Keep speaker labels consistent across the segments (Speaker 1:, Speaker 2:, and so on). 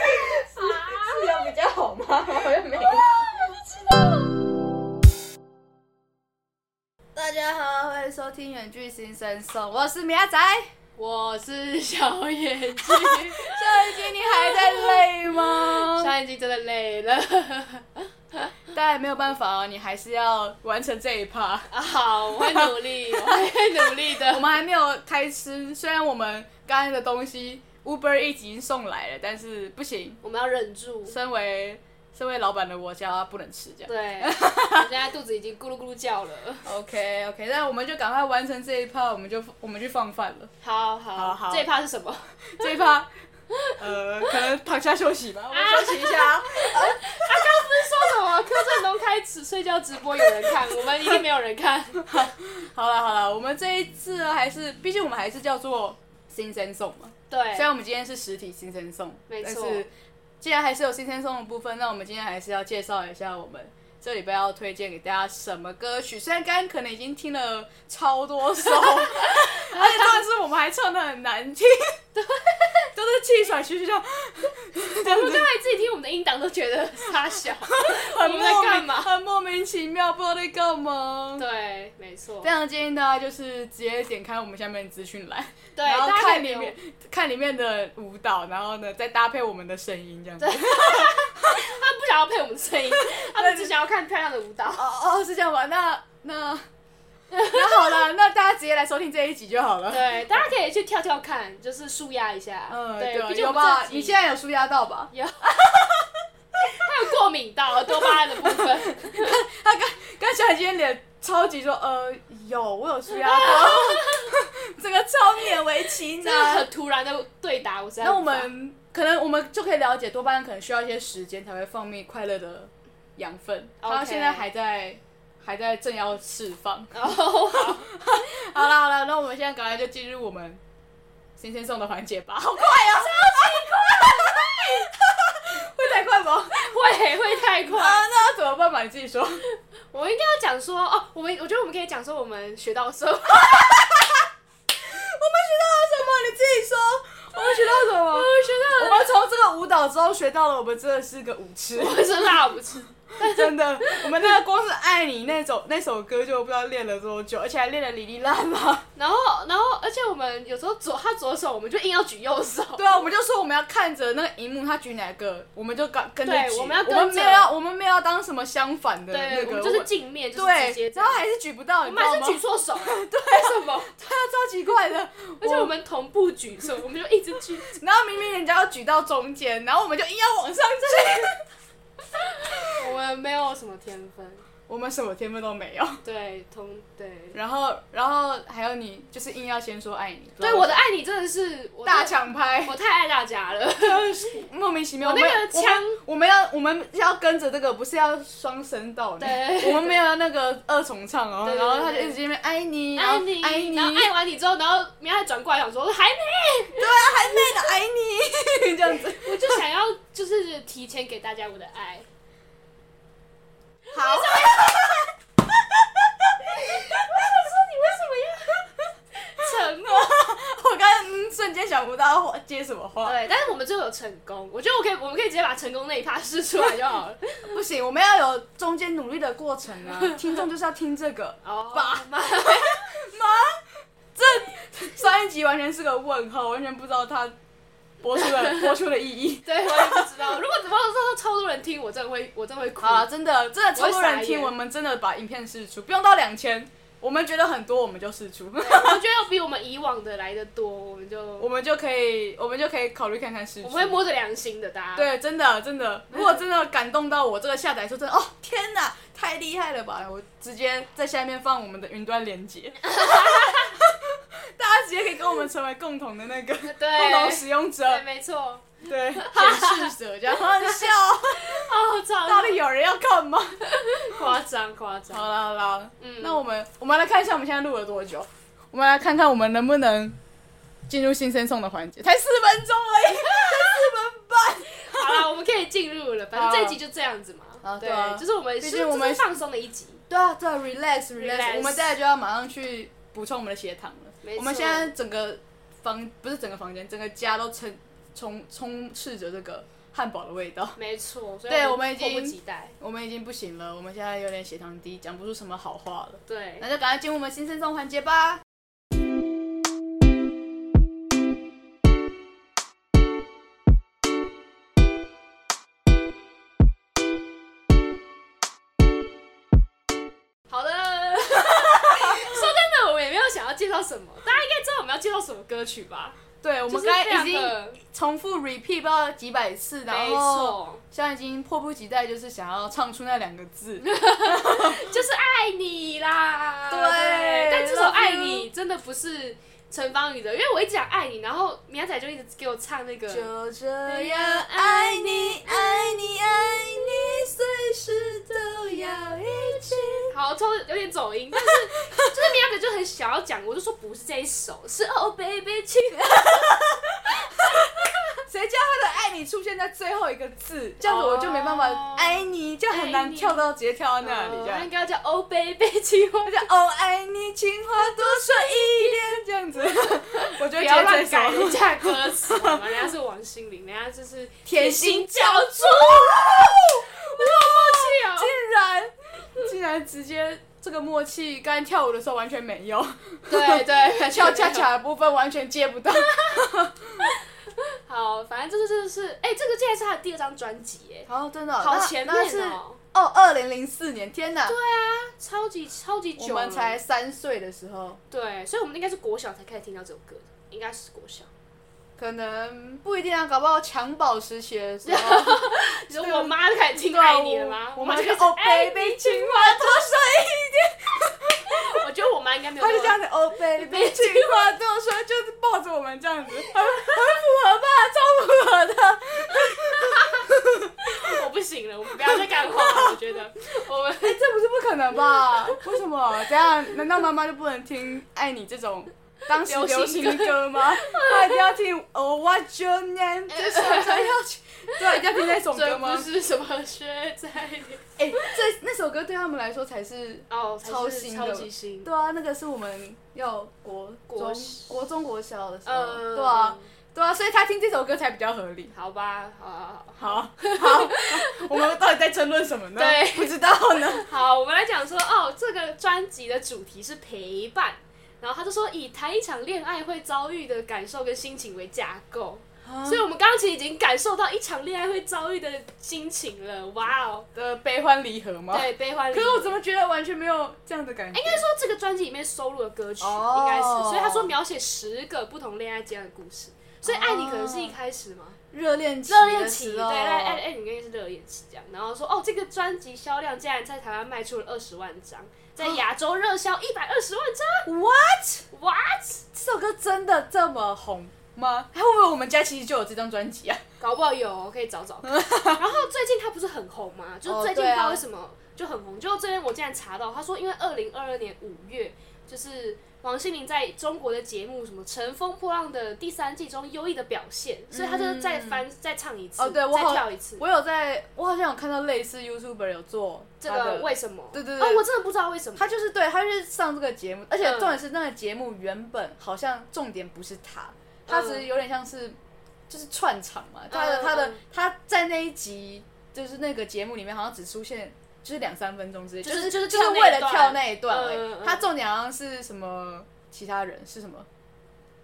Speaker 1: 哦大家好，欢迎收听《远距新生颂》，我是米亚仔。
Speaker 2: 我是小眼 睛，
Speaker 1: 上一集你还在累 吗？
Speaker 2: 小眼睛真的累了。
Speaker 1: 但没有办法哦，你还是要完成这一趴。
Speaker 2: 啊好，我会努力，我会努力
Speaker 1: 我
Speaker 2: 的。
Speaker 1: 们还没有开吃，虽然我们刚刚的东西 Uber Eats 已经送来了，但是不行，
Speaker 2: 我们要忍住。
Speaker 1: 身为身为老板的我家不能吃这样。
Speaker 2: 对，我现在肚子已经咕噜咕噜叫了。
Speaker 1: OK OK，那我们就赶快完成这一趴，我们就我们去放饭了。
Speaker 2: 好
Speaker 1: 好
Speaker 2: 好
Speaker 1: 好
Speaker 2: 这一趴是 什么？
Speaker 1: 这一趴， 呃，可能躺下休息吧，我们休息一下啊。
Speaker 2: 说什么？柯震东开始睡觉直播，有人看， 我们一定没有人看。
Speaker 1: 好了好了，我们这一次呢还是，毕竟我们还是叫做新生颂嘛。
Speaker 2: 对
Speaker 1: 虽，然我们今天是实体新生颂，
Speaker 2: 没
Speaker 1: 但
Speaker 2: 错
Speaker 1: 是既然还是有新生颂的部分，那我们今天还是要介绍一下我们这礼拜要推荐给大家什么歌曲。虽然刚刚可能已经听了超多首， 而且重点是我们还唱的很难 听，对，都是气喘吁吁这样，这样
Speaker 2: 我
Speaker 1: 子
Speaker 2: 刚才自己听我们的音档都觉得傻 小。
Speaker 1: 很
Speaker 2: 我
Speaker 1: 莫
Speaker 2: 们在
Speaker 1: 名
Speaker 2: 干嘛
Speaker 1: 很莫名其妙，不知道在干嘛。
Speaker 2: 对，没错
Speaker 1: 非。常建议大家就是直接点开我们下面的资讯栏。
Speaker 2: 对，
Speaker 1: 然后
Speaker 2: 大家可以
Speaker 1: 看里
Speaker 2: 留
Speaker 1: 面看里面的舞蹈，然后呢再搭配我们的声音这样子。
Speaker 2: 他们不想要配我们的 声音，他们只想要看漂亮的舞蹈。
Speaker 1: 哦哦，是这样吧？那那 那好了，那大家直接来收听这一集就好 了。
Speaker 2: 对，大家可以去跳跳看，就是舒压一下。
Speaker 1: 嗯，
Speaker 2: 对，
Speaker 1: 啊
Speaker 2: 毕竟
Speaker 1: 有
Speaker 2: 我
Speaker 1: 吧
Speaker 2: 们？自
Speaker 1: 你
Speaker 2: 己
Speaker 1: 现在有舒压到吧？
Speaker 2: 有，他有过敏到多巴胺的部 分。
Speaker 1: 刚才今天脸超级说，呃，有，我有舒压 到， 这个超勉为其
Speaker 2: 这个
Speaker 1: 难
Speaker 2: 很。突然的对答，我实在
Speaker 1: 那我
Speaker 2: 无法
Speaker 1: 们可能我们就可以了解，多巴胺可能需要一些时间才会放泌快乐的养分，然后
Speaker 2: OK
Speaker 1: 现在还在还在正要释 放。
Speaker 2: 哦好，
Speaker 1: 好了好了，那我们现在赶快就进入我们新鲜送的环 节吧。好快哦，超级快，会太快吗？
Speaker 2: 会会太快。
Speaker 1: 啊，那要怎么办嘛？你自己说。
Speaker 2: 我应该要讲说哦，我们我觉得我们可以讲说我们学到什么。
Speaker 1: 哦我们学到了什么？你自己说。我们学到 什么？
Speaker 2: 我学
Speaker 1: 我
Speaker 2: 到了，
Speaker 1: 们从这个舞蹈之后学到了，我们真的是个舞痴，
Speaker 2: 我是辣不吃。
Speaker 1: 真的。我们那个光是《爱你》那首那首歌就不知道练了多久，而且还练了哩哩啦啦。
Speaker 2: 然后然后，而且我们有时候左他左手，我们就硬要举右手。
Speaker 1: 对啊，我们就说我们要看着那个荧幕，他举哪个，我们就跟跟着
Speaker 2: 对
Speaker 1: 举。
Speaker 2: 我们要跟
Speaker 1: 我们没有
Speaker 2: 着
Speaker 1: 要，我们没有要当什么相反的那
Speaker 2: 对，
Speaker 1: 个，
Speaker 2: 我们就是镜面，就是直
Speaker 1: 对
Speaker 2: 接，这
Speaker 1: 然
Speaker 2: 样
Speaker 1: 后。还是举不到，
Speaker 2: 我
Speaker 1: 你知
Speaker 2: 们
Speaker 1: 道
Speaker 2: 还
Speaker 1: 吗？
Speaker 2: 是举错手，对，为什么？
Speaker 1: 对啊，超奇怪的。
Speaker 2: 而且我们同步举手，我们就一直举，
Speaker 1: 然后明明人家要举到中间，然后我们就硬要往上举。
Speaker 2: 我们没有什么天分，
Speaker 1: 我们什么天分都没有。
Speaker 2: 对，同对，
Speaker 1: 然后，然后还有你，就是硬要先说爱你。
Speaker 2: 对，我的爱你真的是我
Speaker 1: 大
Speaker 2: 真
Speaker 1: 抢拍
Speaker 2: 的，我太爱大家了。
Speaker 1: 莫名其妙。
Speaker 2: 我那
Speaker 1: 们
Speaker 2: 个枪，
Speaker 1: 我们要我们要跟着这个，不是要双声道呢。
Speaker 2: 对
Speaker 1: 我们没有那个二重唱哦。
Speaker 2: 对对
Speaker 1: 然后他就
Speaker 2: 对
Speaker 1: 一直在那边爱你，然后
Speaker 2: 爱你，
Speaker 1: 爱你，
Speaker 2: 然后爱完你之后，然后明还转过来想说还没，
Speaker 1: 对啊，还没的爱你 这样子。
Speaker 2: 我就想要就是提前给大家我的爱。
Speaker 1: 好。
Speaker 2: 沉默。
Speaker 1: 我刚才嗯瞬间想不到接什么话，
Speaker 2: 对，但是我们最后有成功，我觉得我可以，我们可以直接把成功那一趴试出来就好了。
Speaker 1: 不行，我们要有中间努力的过程啊！听众就是要听这个
Speaker 2: 哦，
Speaker 1: 爸
Speaker 2: 妈，
Speaker 1: 妈，这上一集完全是个问号，完全不知道它播出的播出的意 义
Speaker 2: 对，我也不知道。如果怎么说超多人听，我真的会，我真的会 哭。
Speaker 1: 啊！真的，真的超多
Speaker 2: 我
Speaker 1: 人
Speaker 2: 会傻
Speaker 1: 听，
Speaker 2: 眼
Speaker 1: 我们真的把影片试出，不用到两千，我们觉得很多，我们就试出，
Speaker 2: 我觉得要比我们以往的来的多，我们就
Speaker 1: 我们就可以，我们就可以考虑看看试
Speaker 2: 我
Speaker 1: 出
Speaker 2: 们。会摸着良心的，大家。
Speaker 1: 对，真的真的，如果真的感动到我，这个下载说真的，哦天哪，太厉害了吧！我直接在下面放我们的云端连接， 大家直接可以跟我们成为共同的那个
Speaker 2: 对
Speaker 1: 共同使用者，
Speaker 2: 对，没错。
Speaker 1: 对， 显示者 这样，很笑，
Speaker 2: 哦，操！
Speaker 1: 到底有人要看吗？
Speaker 2: 夸张夸张。
Speaker 1: 好啦好啦，
Speaker 2: 嗯
Speaker 1: 那我们我们来看一下我们现在录了多久，我们来看看我们能不能进入新生送的环节，才四分钟 而已，才四分半。
Speaker 2: 好了，我们可以进入了，反正这一集就这样子嘛。
Speaker 1: 啊
Speaker 2: 对
Speaker 1: 对啊
Speaker 2: 就是我们
Speaker 1: 毕
Speaker 2: 是
Speaker 1: 竟我们
Speaker 2: 这是放松的一集。
Speaker 1: 对啊，对啊，relax relax，
Speaker 2: relax
Speaker 1: 我们大家就要马上去补充我们的血糖了
Speaker 2: 没。错
Speaker 1: 我们现在整个房不是整个房间，整个家都充充充斥着这个汉堡的味道。
Speaker 2: 没错，所以
Speaker 1: 对
Speaker 2: 我
Speaker 1: 我们已经
Speaker 2: 迫不及待。
Speaker 1: 我们已经不行了，我们现在有点血糖低，讲不出什么好话了。
Speaker 2: 对
Speaker 1: 那，就赶快进入我们新生颂环节吧。
Speaker 2: 好的。 说真的，我们也没有想要介绍什么，大家应该知道我们要介绍什么歌曲吧？
Speaker 1: 对，我
Speaker 2: 就
Speaker 1: 们
Speaker 2: 是
Speaker 1: 刚
Speaker 2: 非
Speaker 1: 才
Speaker 2: 常
Speaker 1: 已经
Speaker 2: 的
Speaker 1: 重复 repeat 不知道几百次，然
Speaker 2: 没
Speaker 1: 后
Speaker 2: 错，
Speaker 1: 现在已经迫不及待，就是想要唱出那两个 字。
Speaker 2: 就是爱你啦。
Speaker 1: 对
Speaker 2: 但这首
Speaker 1: love
Speaker 2: 《爱你》真的不是陈芳宇的，因为我一直讲爱你，然后明仔就一直给我唱那个。
Speaker 1: 就这样爱你，爱你，爱你，随时都要一起。
Speaker 2: 好，抽有点走音，但是就是米娅子就很想要讲，我就说不是这一首，是 Oh Baby 亲。
Speaker 1: 谁叫他的爱你出现在最后一个字？这样子我就没办
Speaker 2: 哦
Speaker 1: 法爱你，就很
Speaker 2: 爱
Speaker 1: 难
Speaker 2: 你
Speaker 1: 跳到直接跳到那里这
Speaker 2: 那
Speaker 1: 样
Speaker 2: 应。该叫 Oh Baby 亲，
Speaker 1: 我就哦，爱你，情话多说一点，这样子， 我就觉
Speaker 2: 不要
Speaker 1: 得
Speaker 2: 乱
Speaker 1: 这
Speaker 2: 改人
Speaker 1: 首
Speaker 2: 家歌词，好吗人家是王心凌，人家就是
Speaker 1: 甜心
Speaker 2: 教主，好默契
Speaker 1: 竟
Speaker 2: 哦。
Speaker 1: 然竟然直接这个默契，刚才跳舞的时候完全没有，
Speaker 2: 对对，
Speaker 1: 跳恰。恰的部分完全接不到。
Speaker 2: 好，反正就是就是，哎，这个竟然是他的第二张专辑，哎，
Speaker 1: 哦，真的，
Speaker 2: 好
Speaker 1: 那
Speaker 2: 前
Speaker 1: 那
Speaker 2: 面
Speaker 1: 是
Speaker 2: 哦，啊
Speaker 1: 哦，二零零四年，天哪，
Speaker 2: 超级超级
Speaker 1: 我
Speaker 2: 久了，
Speaker 1: 们才三岁的时候，
Speaker 2: 对，所以我们应该是国小才开始听到这首歌的，应该是国小。
Speaker 1: 可能不一定啊，搞不好襁褓时期的时候，
Speaker 2: 你说我妈就开始听
Speaker 1: 对啊
Speaker 2: 爱你了吗？
Speaker 1: 我
Speaker 2: 妈
Speaker 1: 妈
Speaker 2: 就
Speaker 1: 就
Speaker 2: 开始
Speaker 1: 哦
Speaker 2: 爱你
Speaker 1: ，baby，情话多说一点。
Speaker 2: 我觉得我妈应该没有
Speaker 1: 他
Speaker 2: 那么。
Speaker 1: 就这样子， 哦，baby，情话对我说，就是抱着我们这样 子，很很符合吧，超符合的。
Speaker 2: 我不行了，我们不要再干话了。我 觉得我们
Speaker 1: 哎、这不是不可能 吧？为什么？这样？难道妈妈就不能听《爱你》这种当时流行的歌吗？她一定要听《Oh What's Your Name》这首，她要去，对，啊一定要听那首歌
Speaker 2: 这
Speaker 1: 吗
Speaker 2: 不？是什么薛在里
Speaker 1: 哎、这那首歌对他们来说才是。
Speaker 2: 哦，才是
Speaker 1: 超新的
Speaker 2: 超级新。
Speaker 1: 对啊，那个是我们要国
Speaker 2: 国
Speaker 1: 中国中国小的时候，
Speaker 2: 嗯
Speaker 1: 对啊，，对啊，所以他听这首歌才比较合理。
Speaker 2: 好吧，好好
Speaker 1: 好，
Speaker 2: 好
Speaker 1: 好， 我们到底在争论什么呢？
Speaker 2: 对
Speaker 1: 不知道呢。
Speaker 2: 好，我们来讲说哦，这个专辑的主题是陪伴，然后他就说以谈一场恋爱会遭遇的感受跟心情为架构，所
Speaker 1: 所
Speaker 2: 以
Speaker 1: 以
Speaker 2: 我们刚刚其实已经感受到一场恋爱会遭遇的心情了。哇哦，
Speaker 1: 的悲欢离合吗？。
Speaker 2: 对，悲欢离
Speaker 1: 可
Speaker 2: 合。
Speaker 1: 是我怎么觉得完全没有这样的感觉？
Speaker 2: 应该说这个专辑里面收录的歌曲
Speaker 1: 哦
Speaker 2: 应该是，所以他说描写十个不同恋爱阶段的故事，所以爱你可能是一开始嘛，
Speaker 1: 热恋期
Speaker 2: 哦
Speaker 1: 哎
Speaker 2: 热恋
Speaker 1: 的
Speaker 2: 期，
Speaker 1: 时
Speaker 2: 对，
Speaker 1: 候
Speaker 2: 爱爱爱你应该是热恋期这样。然后说哦，这个专辑销量竟然在台湾卖出了二十万张，在亚洲热销一百二十万张
Speaker 1: What？
Speaker 2: 哦，what？
Speaker 1: 这首歌真的这么红吗？还会不会我们家其实就有这张专辑啊？
Speaker 2: 搞不好有，可以 找找看。然后最近他不是很红吗？就是
Speaker 1: 哦
Speaker 2: 最近不
Speaker 1: 对
Speaker 2: 知
Speaker 1: 啊
Speaker 2: 道为什么就很红。就这边我竟然查到，他说因为二零二二年五月，就是王心凌在中国的节目什么《乘风破浪》的第三季中优异的表现，所以他就是再翻、再唱一
Speaker 1: 嗯
Speaker 2: 次，
Speaker 1: 哦对我
Speaker 2: 再
Speaker 1: 好
Speaker 2: 跳一次。
Speaker 1: 我有在，我好像有看到类似 YouTuber 有做
Speaker 2: 这
Speaker 1: 他的
Speaker 2: 个为什么？
Speaker 1: 对对
Speaker 2: 哦
Speaker 1: 对，
Speaker 2: 我真的不知道为什么。
Speaker 1: 他就是对，他就是上这个节目，而且
Speaker 2: 嗯
Speaker 1: 重点是那个节目原本好像重点不是他，他只是有点像是就是串场嘛，他的
Speaker 2: 嗯
Speaker 1: 他的
Speaker 2: 嗯
Speaker 1: 他在那一集就是那个节目里面好像只出现就是两三分钟之类，
Speaker 2: 就是
Speaker 1: 是
Speaker 2: 就是
Speaker 1: 就是
Speaker 2: 跳那一
Speaker 1: 为了
Speaker 2: 段
Speaker 1: 跳那一段
Speaker 2: 嗯
Speaker 1: 而
Speaker 2: 嗯
Speaker 1: 已，
Speaker 2: 嗯
Speaker 1: 他重点好像是什么其他人是什么。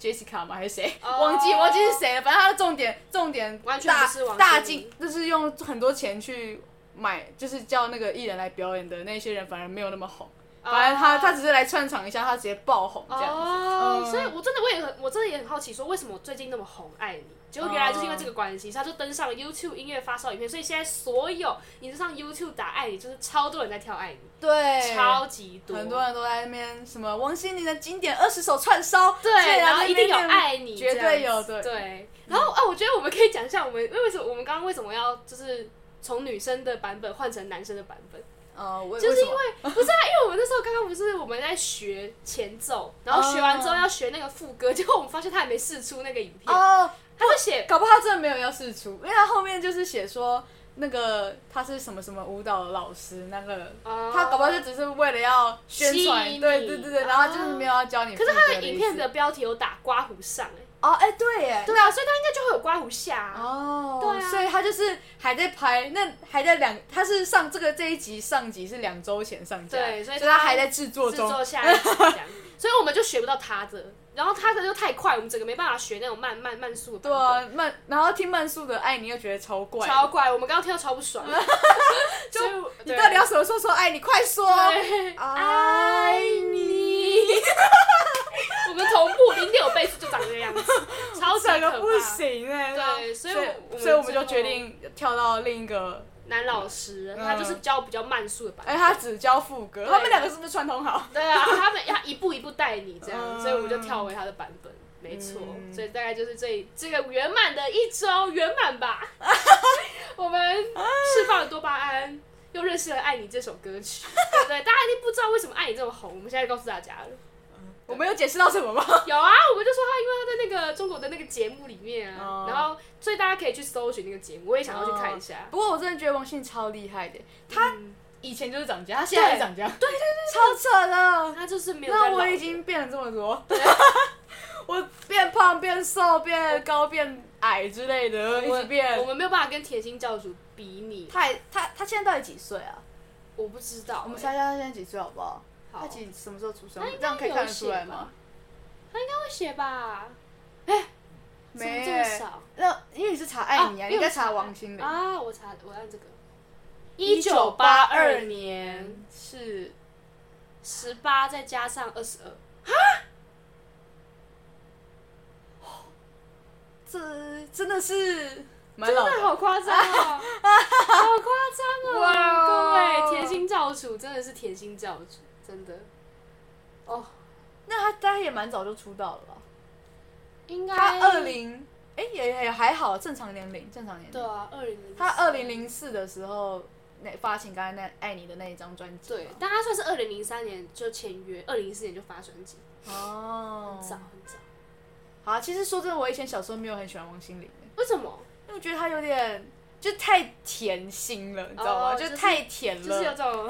Speaker 1: Jessica 吗？还是谁
Speaker 2: 哦
Speaker 1: 忘记忘记是谁了。反正他的重点重点
Speaker 2: 完全
Speaker 1: 大
Speaker 2: 不是王
Speaker 1: 大
Speaker 2: 心
Speaker 1: 进，
Speaker 2: 凌
Speaker 1: 就是用很多钱去买，就是叫那个艺人来表演的那些人，反而没有那么红。反正他他只是来串场一下，他直接爆红这样。
Speaker 2: 哦，
Speaker 1: 嗯
Speaker 2: 所以我真的我也很我真的也很好奇，说为什么最近那么红《爱你》，结果原来就是因为这个关系，所以他就登上了 YouTube 音乐发烧影片，所以现在所有你就上 YouTube 打“爱你”，就是超多人在跳“爱你
Speaker 1: 对”，，
Speaker 2: 超级多，
Speaker 1: 哎很多人都在那边什么王心凌的经典二十首串烧，
Speaker 2: 对，然后
Speaker 1: 在那边
Speaker 2: 一定有
Speaker 1: 念
Speaker 2: 爱你，
Speaker 1: 绝
Speaker 2: 这
Speaker 1: 对
Speaker 2: 样
Speaker 1: 有
Speaker 2: 子
Speaker 1: 对
Speaker 2: 对。然后啊，我觉得我们可以讲一下我们为为什么我们刚刚为什么要就是从女生的版本换成男生的版本。
Speaker 1: 呃，我
Speaker 2: 就是因
Speaker 1: 为什么
Speaker 2: 因为我们那时候刚刚不是我们在学前奏，然后学完之后要学那个副歌，结果我们发现他还没试出那个影片，
Speaker 1: 哦，
Speaker 2: 他就写
Speaker 1: 搞不好他真的没有要试出，因为他后面就是写说那个他是什么什么舞蹈老师，那个他
Speaker 2: 他
Speaker 1: 搞不好就只是为了要宣
Speaker 2: 吸
Speaker 1: 传，
Speaker 2: 引
Speaker 1: 对
Speaker 2: 你
Speaker 1: 哦对对对，然后就是没有要教你。
Speaker 2: 可是
Speaker 1: 他
Speaker 2: 那影片的标题有打刮胡上哎、
Speaker 1: 哦，哎、对耶，
Speaker 2: 对啊，所以他应该就会有刮胡夏啊、
Speaker 1: 哦，
Speaker 2: 对啊
Speaker 1: 所以他就是还在拍，那还在两，他是上这个这一集上集是两周前上架，
Speaker 2: 对所
Speaker 1: 所
Speaker 2: 以
Speaker 1: 以
Speaker 2: 他
Speaker 1: 他还在制作
Speaker 2: 制
Speaker 1: 中。
Speaker 2: 作下一集这样，所以我们就学不到他的，然后他的又太快，我们整个没办法学那种慢慢慢速的版
Speaker 1: 对
Speaker 2: 本。
Speaker 1: 啊，慢，然后听慢速的爱你又觉得超怪，
Speaker 2: 超怪，我们刚刚听到超 不爽，就
Speaker 1: 你到底要什么时候说爱你？快说！爱你，
Speaker 2: 我们同步零点五倍速就长这个样子，超级
Speaker 1: 整
Speaker 2: 可
Speaker 1: 个
Speaker 2: 怕。
Speaker 1: 不行哎、
Speaker 2: 对所以
Speaker 1: 所
Speaker 2: 我
Speaker 1: 以所以我们就
Speaker 2: 我们最后
Speaker 1: 决定跳到另一个，
Speaker 2: 男老师他就是教比较慢速的版
Speaker 1: 哎、
Speaker 2: 本，
Speaker 1: 他只教副歌，他们两个是不是串通好？
Speaker 2: 对啊，他们要一步一步带你这样，
Speaker 1: 嗯
Speaker 2: 所以我们就跳回他的版本。没错，
Speaker 1: 嗯
Speaker 2: 所以大概就是这这个圆满的一周，圆满 吧。我们释放了多巴胺，又认识了《爱你》这首歌曲，对不对？大家一定不知道为什么《爱你》这么红，我们现在告诉大家了。
Speaker 1: 我们有解释到什么吗？
Speaker 2: 有啊，我们就说他，因为他在那个中国的那个节目里面啊
Speaker 1: 哦，
Speaker 2: 然后所以大家可以去搜寻那个节目，我也想要去看一下。
Speaker 1: 不过我真的觉得王迅超厉害的，他
Speaker 2: 嗯
Speaker 1: 以前就是涨价，他现在还
Speaker 2: 对
Speaker 1: 涨价，对对 对，超扯的。
Speaker 2: 他就是没有在
Speaker 1: 那
Speaker 2: 老
Speaker 1: 我已经变了这么多， 我变胖、变瘦、变高、变矮之类
Speaker 2: 我
Speaker 1: 的，一直
Speaker 2: 们我
Speaker 1: 变。
Speaker 2: 们没有办法跟甜心教主比你，
Speaker 1: 他还他他现在到底几岁啊？
Speaker 2: 我不知道欸。
Speaker 1: 我们猜猜他现在几岁好不好？
Speaker 2: 好
Speaker 1: 他几什么时候出生
Speaker 2: 他应该？
Speaker 1: 这样可以看得出来吗？
Speaker 2: 他应该会写吧？怎么
Speaker 1: 没
Speaker 2: 这么
Speaker 1: 耶
Speaker 2: 少？
Speaker 1: 那因为你是查爱你啊，
Speaker 2: 啊
Speaker 1: 你应该查王心凌。
Speaker 2: 啊，我查，我按这个，
Speaker 1: 1982
Speaker 2: 年
Speaker 1: 是
Speaker 2: 十八再加上二十二，
Speaker 1: 这真的是蛮
Speaker 2: 真
Speaker 1: 老
Speaker 2: 的
Speaker 1: 的。
Speaker 2: 好夸张哦，好夸张哦！
Speaker 1: 哇
Speaker 2: 各位，甜心教主真的是甜心教主，真的哦，
Speaker 1: 那他大概也蛮早就出道了吧？
Speaker 2: 应该
Speaker 1: 他二零哎也也还好，正常年龄，正常年
Speaker 2: 对
Speaker 1: 龄。
Speaker 2: 啊，二零零
Speaker 1: 他二零零四的时候那发行刚才那爱你的那一张专辑嘛。
Speaker 2: 对，但他算是二零零三年就签约，二零零四年就发专辑，
Speaker 1: 哦
Speaker 2: 很，早很早。
Speaker 1: 好啊，其实说真的，我以前小时候没有很喜欢王心凌欸，
Speaker 2: 为什么？
Speaker 1: 因为我觉得她有点就太甜心了，你知道吗？
Speaker 2: 哦
Speaker 1: 就
Speaker 2: 就是
Speaker 1: 太甜
Speaker 2: 就是有
Speaker 1: 了，
Speaker 2: 这种，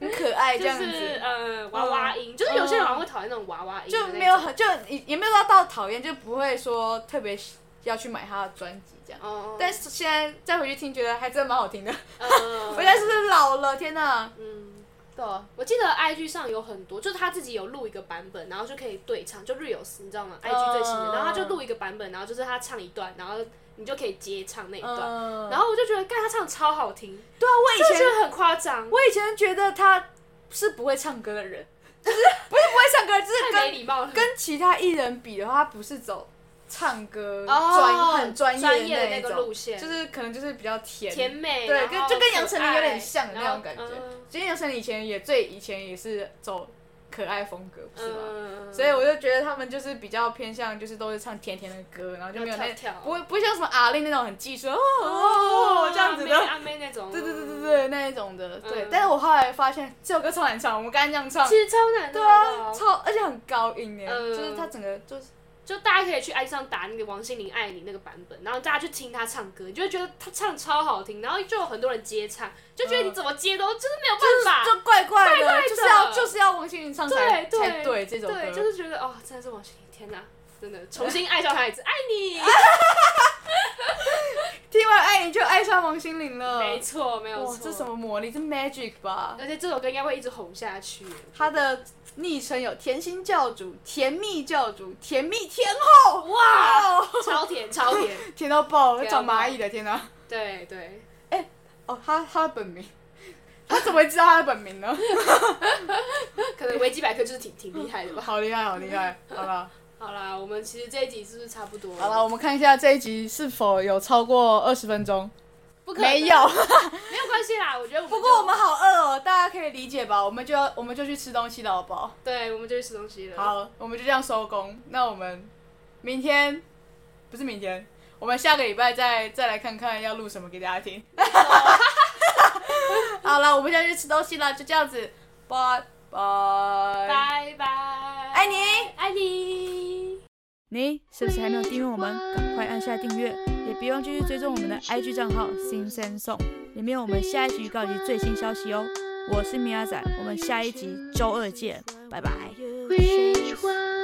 Speaker 1: 很可哎爱这
Speaker 2: 就
Speaker 1: 样
Speaker 2: 是
Speaker 1: 子，嗯
Speaker 2: 呃娃娃音，就是有些人好像会讨厌那种娃娃音的那
Speaker 1: 就
Speaker 2: 种，
Speaker 1: 没有很就也也没有到到讨厌，就不会说特别要去买她的专辑这样。
Speaker 2: 哦，
Speaker 1: 但是现在再回去听，觉得还真的蛮好听的。
Speaker 2: 呃
Speaker 1: 我现在是不是老了？天哪！
Speaker 2: 嗯，
Speaker 1: 对啊，
Speaker 2: 我记得 IG 上有很多，就是他自己有录一个版本，然后就可以对唱，就 Reels 你知道吗？IG 最新的，
Speaker 1: 嗯
Speaker 2: 然后他就录一个版本，然后就是他唱一段，然后你就可以接唱那一段，
Speaker 1: 嗯
Speaker 2: 然后我就觉得，干他唱得超好听，
Speaker 1: 对啊，我以
Speaker 2: 就
Speaker 1: 前
Speaker 2: 觉得很夸张，
Speaker 1: 我以前觉得他是不会唱歌的人， 就是不是不会唱歌，就是
Speaker 2: 太没
Speaker 1: 跟
Speaker 2: 礼貌了。
Speaker 1: 跟其他艺人比的话，他不是走唱歌
Speaker 2: 哦
Speaker 1: 专、很专
Speaker 2: 专
Speaker 1: 业
Speaker 2: 业的
Speaker 1: 那一
Speaker 2: 那个
Speaker 1: 种
Speaker 2: 路线
Speaker 1: 就是可能就是比较甜。
Speaker 2: 甜美，
Speaker 1: 对
Speaker 2: 然后
Speaker 1: 跟就跟杨
Speaker 2: 可
Speaker 1: 丞琳有点
Speaker 2: 爱
Speaker 1: 像的那
Speaker 2: 然后
Speaker 1: 种感觉
Speaker 2: 嗯
Speaker 1: 其实杨丞琳以前也最以前也是走可爱风格，不是吗？
Speaker 2: 嗯，
Speaker 1: 所以我就觉得他们就是比较偏向，就是都是唱甜甜的歌，然后就没有那
Speaker 2: 要跳跳
Speaker 1: 不会不会像什么阿令那种很技术哦哦哦这样子的，
Speaker 2: 阿妹那种，
Speaker 1: 对对对对对那一种的，对
Speaker 2: 嗯。
Speaker 1: 但是我后来发现这首歌超难唱，我们刚才这样唱，
Speaker 2: 其实超难的，
Speaker 1: 对
Speaker 2: 好不
Speaker 1: 啊，
Speaker 2: 好
Speaker 1: 超而且很高音哎，
Speaker 2: 嗯
Speaker 1: 就是他整个就是
Speaker 2: 就大家可以去 i 上打那个王心凌《爱你》那个版本，然后大家去听她唱歌，你就会觉得她唱超好听，然后就有很多人接唱，就觉得你怎么接都就是没有办
Speaker 1: 嗯
Speaker 2: 法，
Speaker 1: 就怪怪
Speaker 2: 怪怪的
Speaker 1: 的，就是要就是要王心凌唱才
Speaker 2: 对
Speaker 1: 才对这首
Speaker 2: 对，就
Speaker 1: 歌。
Speaker 2: 是觉得哦，真的是王心凌，天哪，真的重新爱上她一次，爱哎你，
Speaker 1: 听完《爱你》就爱上王心凌了，
Speaker 2: 没错，嗯没有
Speaker 1: 哇
Speaker 2: 错，，
Speaker 1: 这什么魔力？这 magic 吧？
Speaker 2: 而且这首歌应该会一直红下去，
Speaker 1: 他的昵称有甜心教主、甜蜜教主、甜蜜天后，
Speaker 2: 哇
Speaker 1: 哦，
Speaker 2: 超甜超 甜，
Speaker 1: 甜到爆，会
Speaker 2: 甜到
Speaker 1: 长
Speaker 2: 爆
Speaker 1: 蚂蚁的，天哪！
Speaker 2: 对对，
Speaker 1: 哦，他他的本名，他怎么会知道他的本名呢？
Speaker 2: 可能维基百科就是挺挺厉害 的吧。
Speaker 1: 好厉害，好厉害！好了，
Speaker 2: 好啦，我们其实这一集是不是差不多
Speaker 1: 好了，我们看一下这一集是否有超过二十分钟，
Speaker 2: 不可能啊
Speaker 1: 没有。
Speaker 2: 没有关系啦，我觉得我 们
Speaker 1: 不
Speaker 2: 就
Speaker 1: 过我们好饿哦，大家可以理解吧？我们就要我们就去吃东西了，好不好？
Speaker 2: 对，我们就去吃东西了。
Speaker 1: 好，我们就这样收工。那我们明天不是明天，我们下个礼拜再再来看看要录什么给大家听。 好了，我们现在去吃东西了，就这样子，拜拜。
Speaker 2: 拜拜，
Speaker 1: 爱你，
Speaker 2: 爱你。
Speaker 1: 你是不是还没有订阅我们？赶快按下订阅，也别忘继续追踪我们的 IG 账号新生颂，里面有我们下一集预告及最新消息哦。我是米亚仔，我们下一集周二见，拜拜。
Speaker 3: Which one?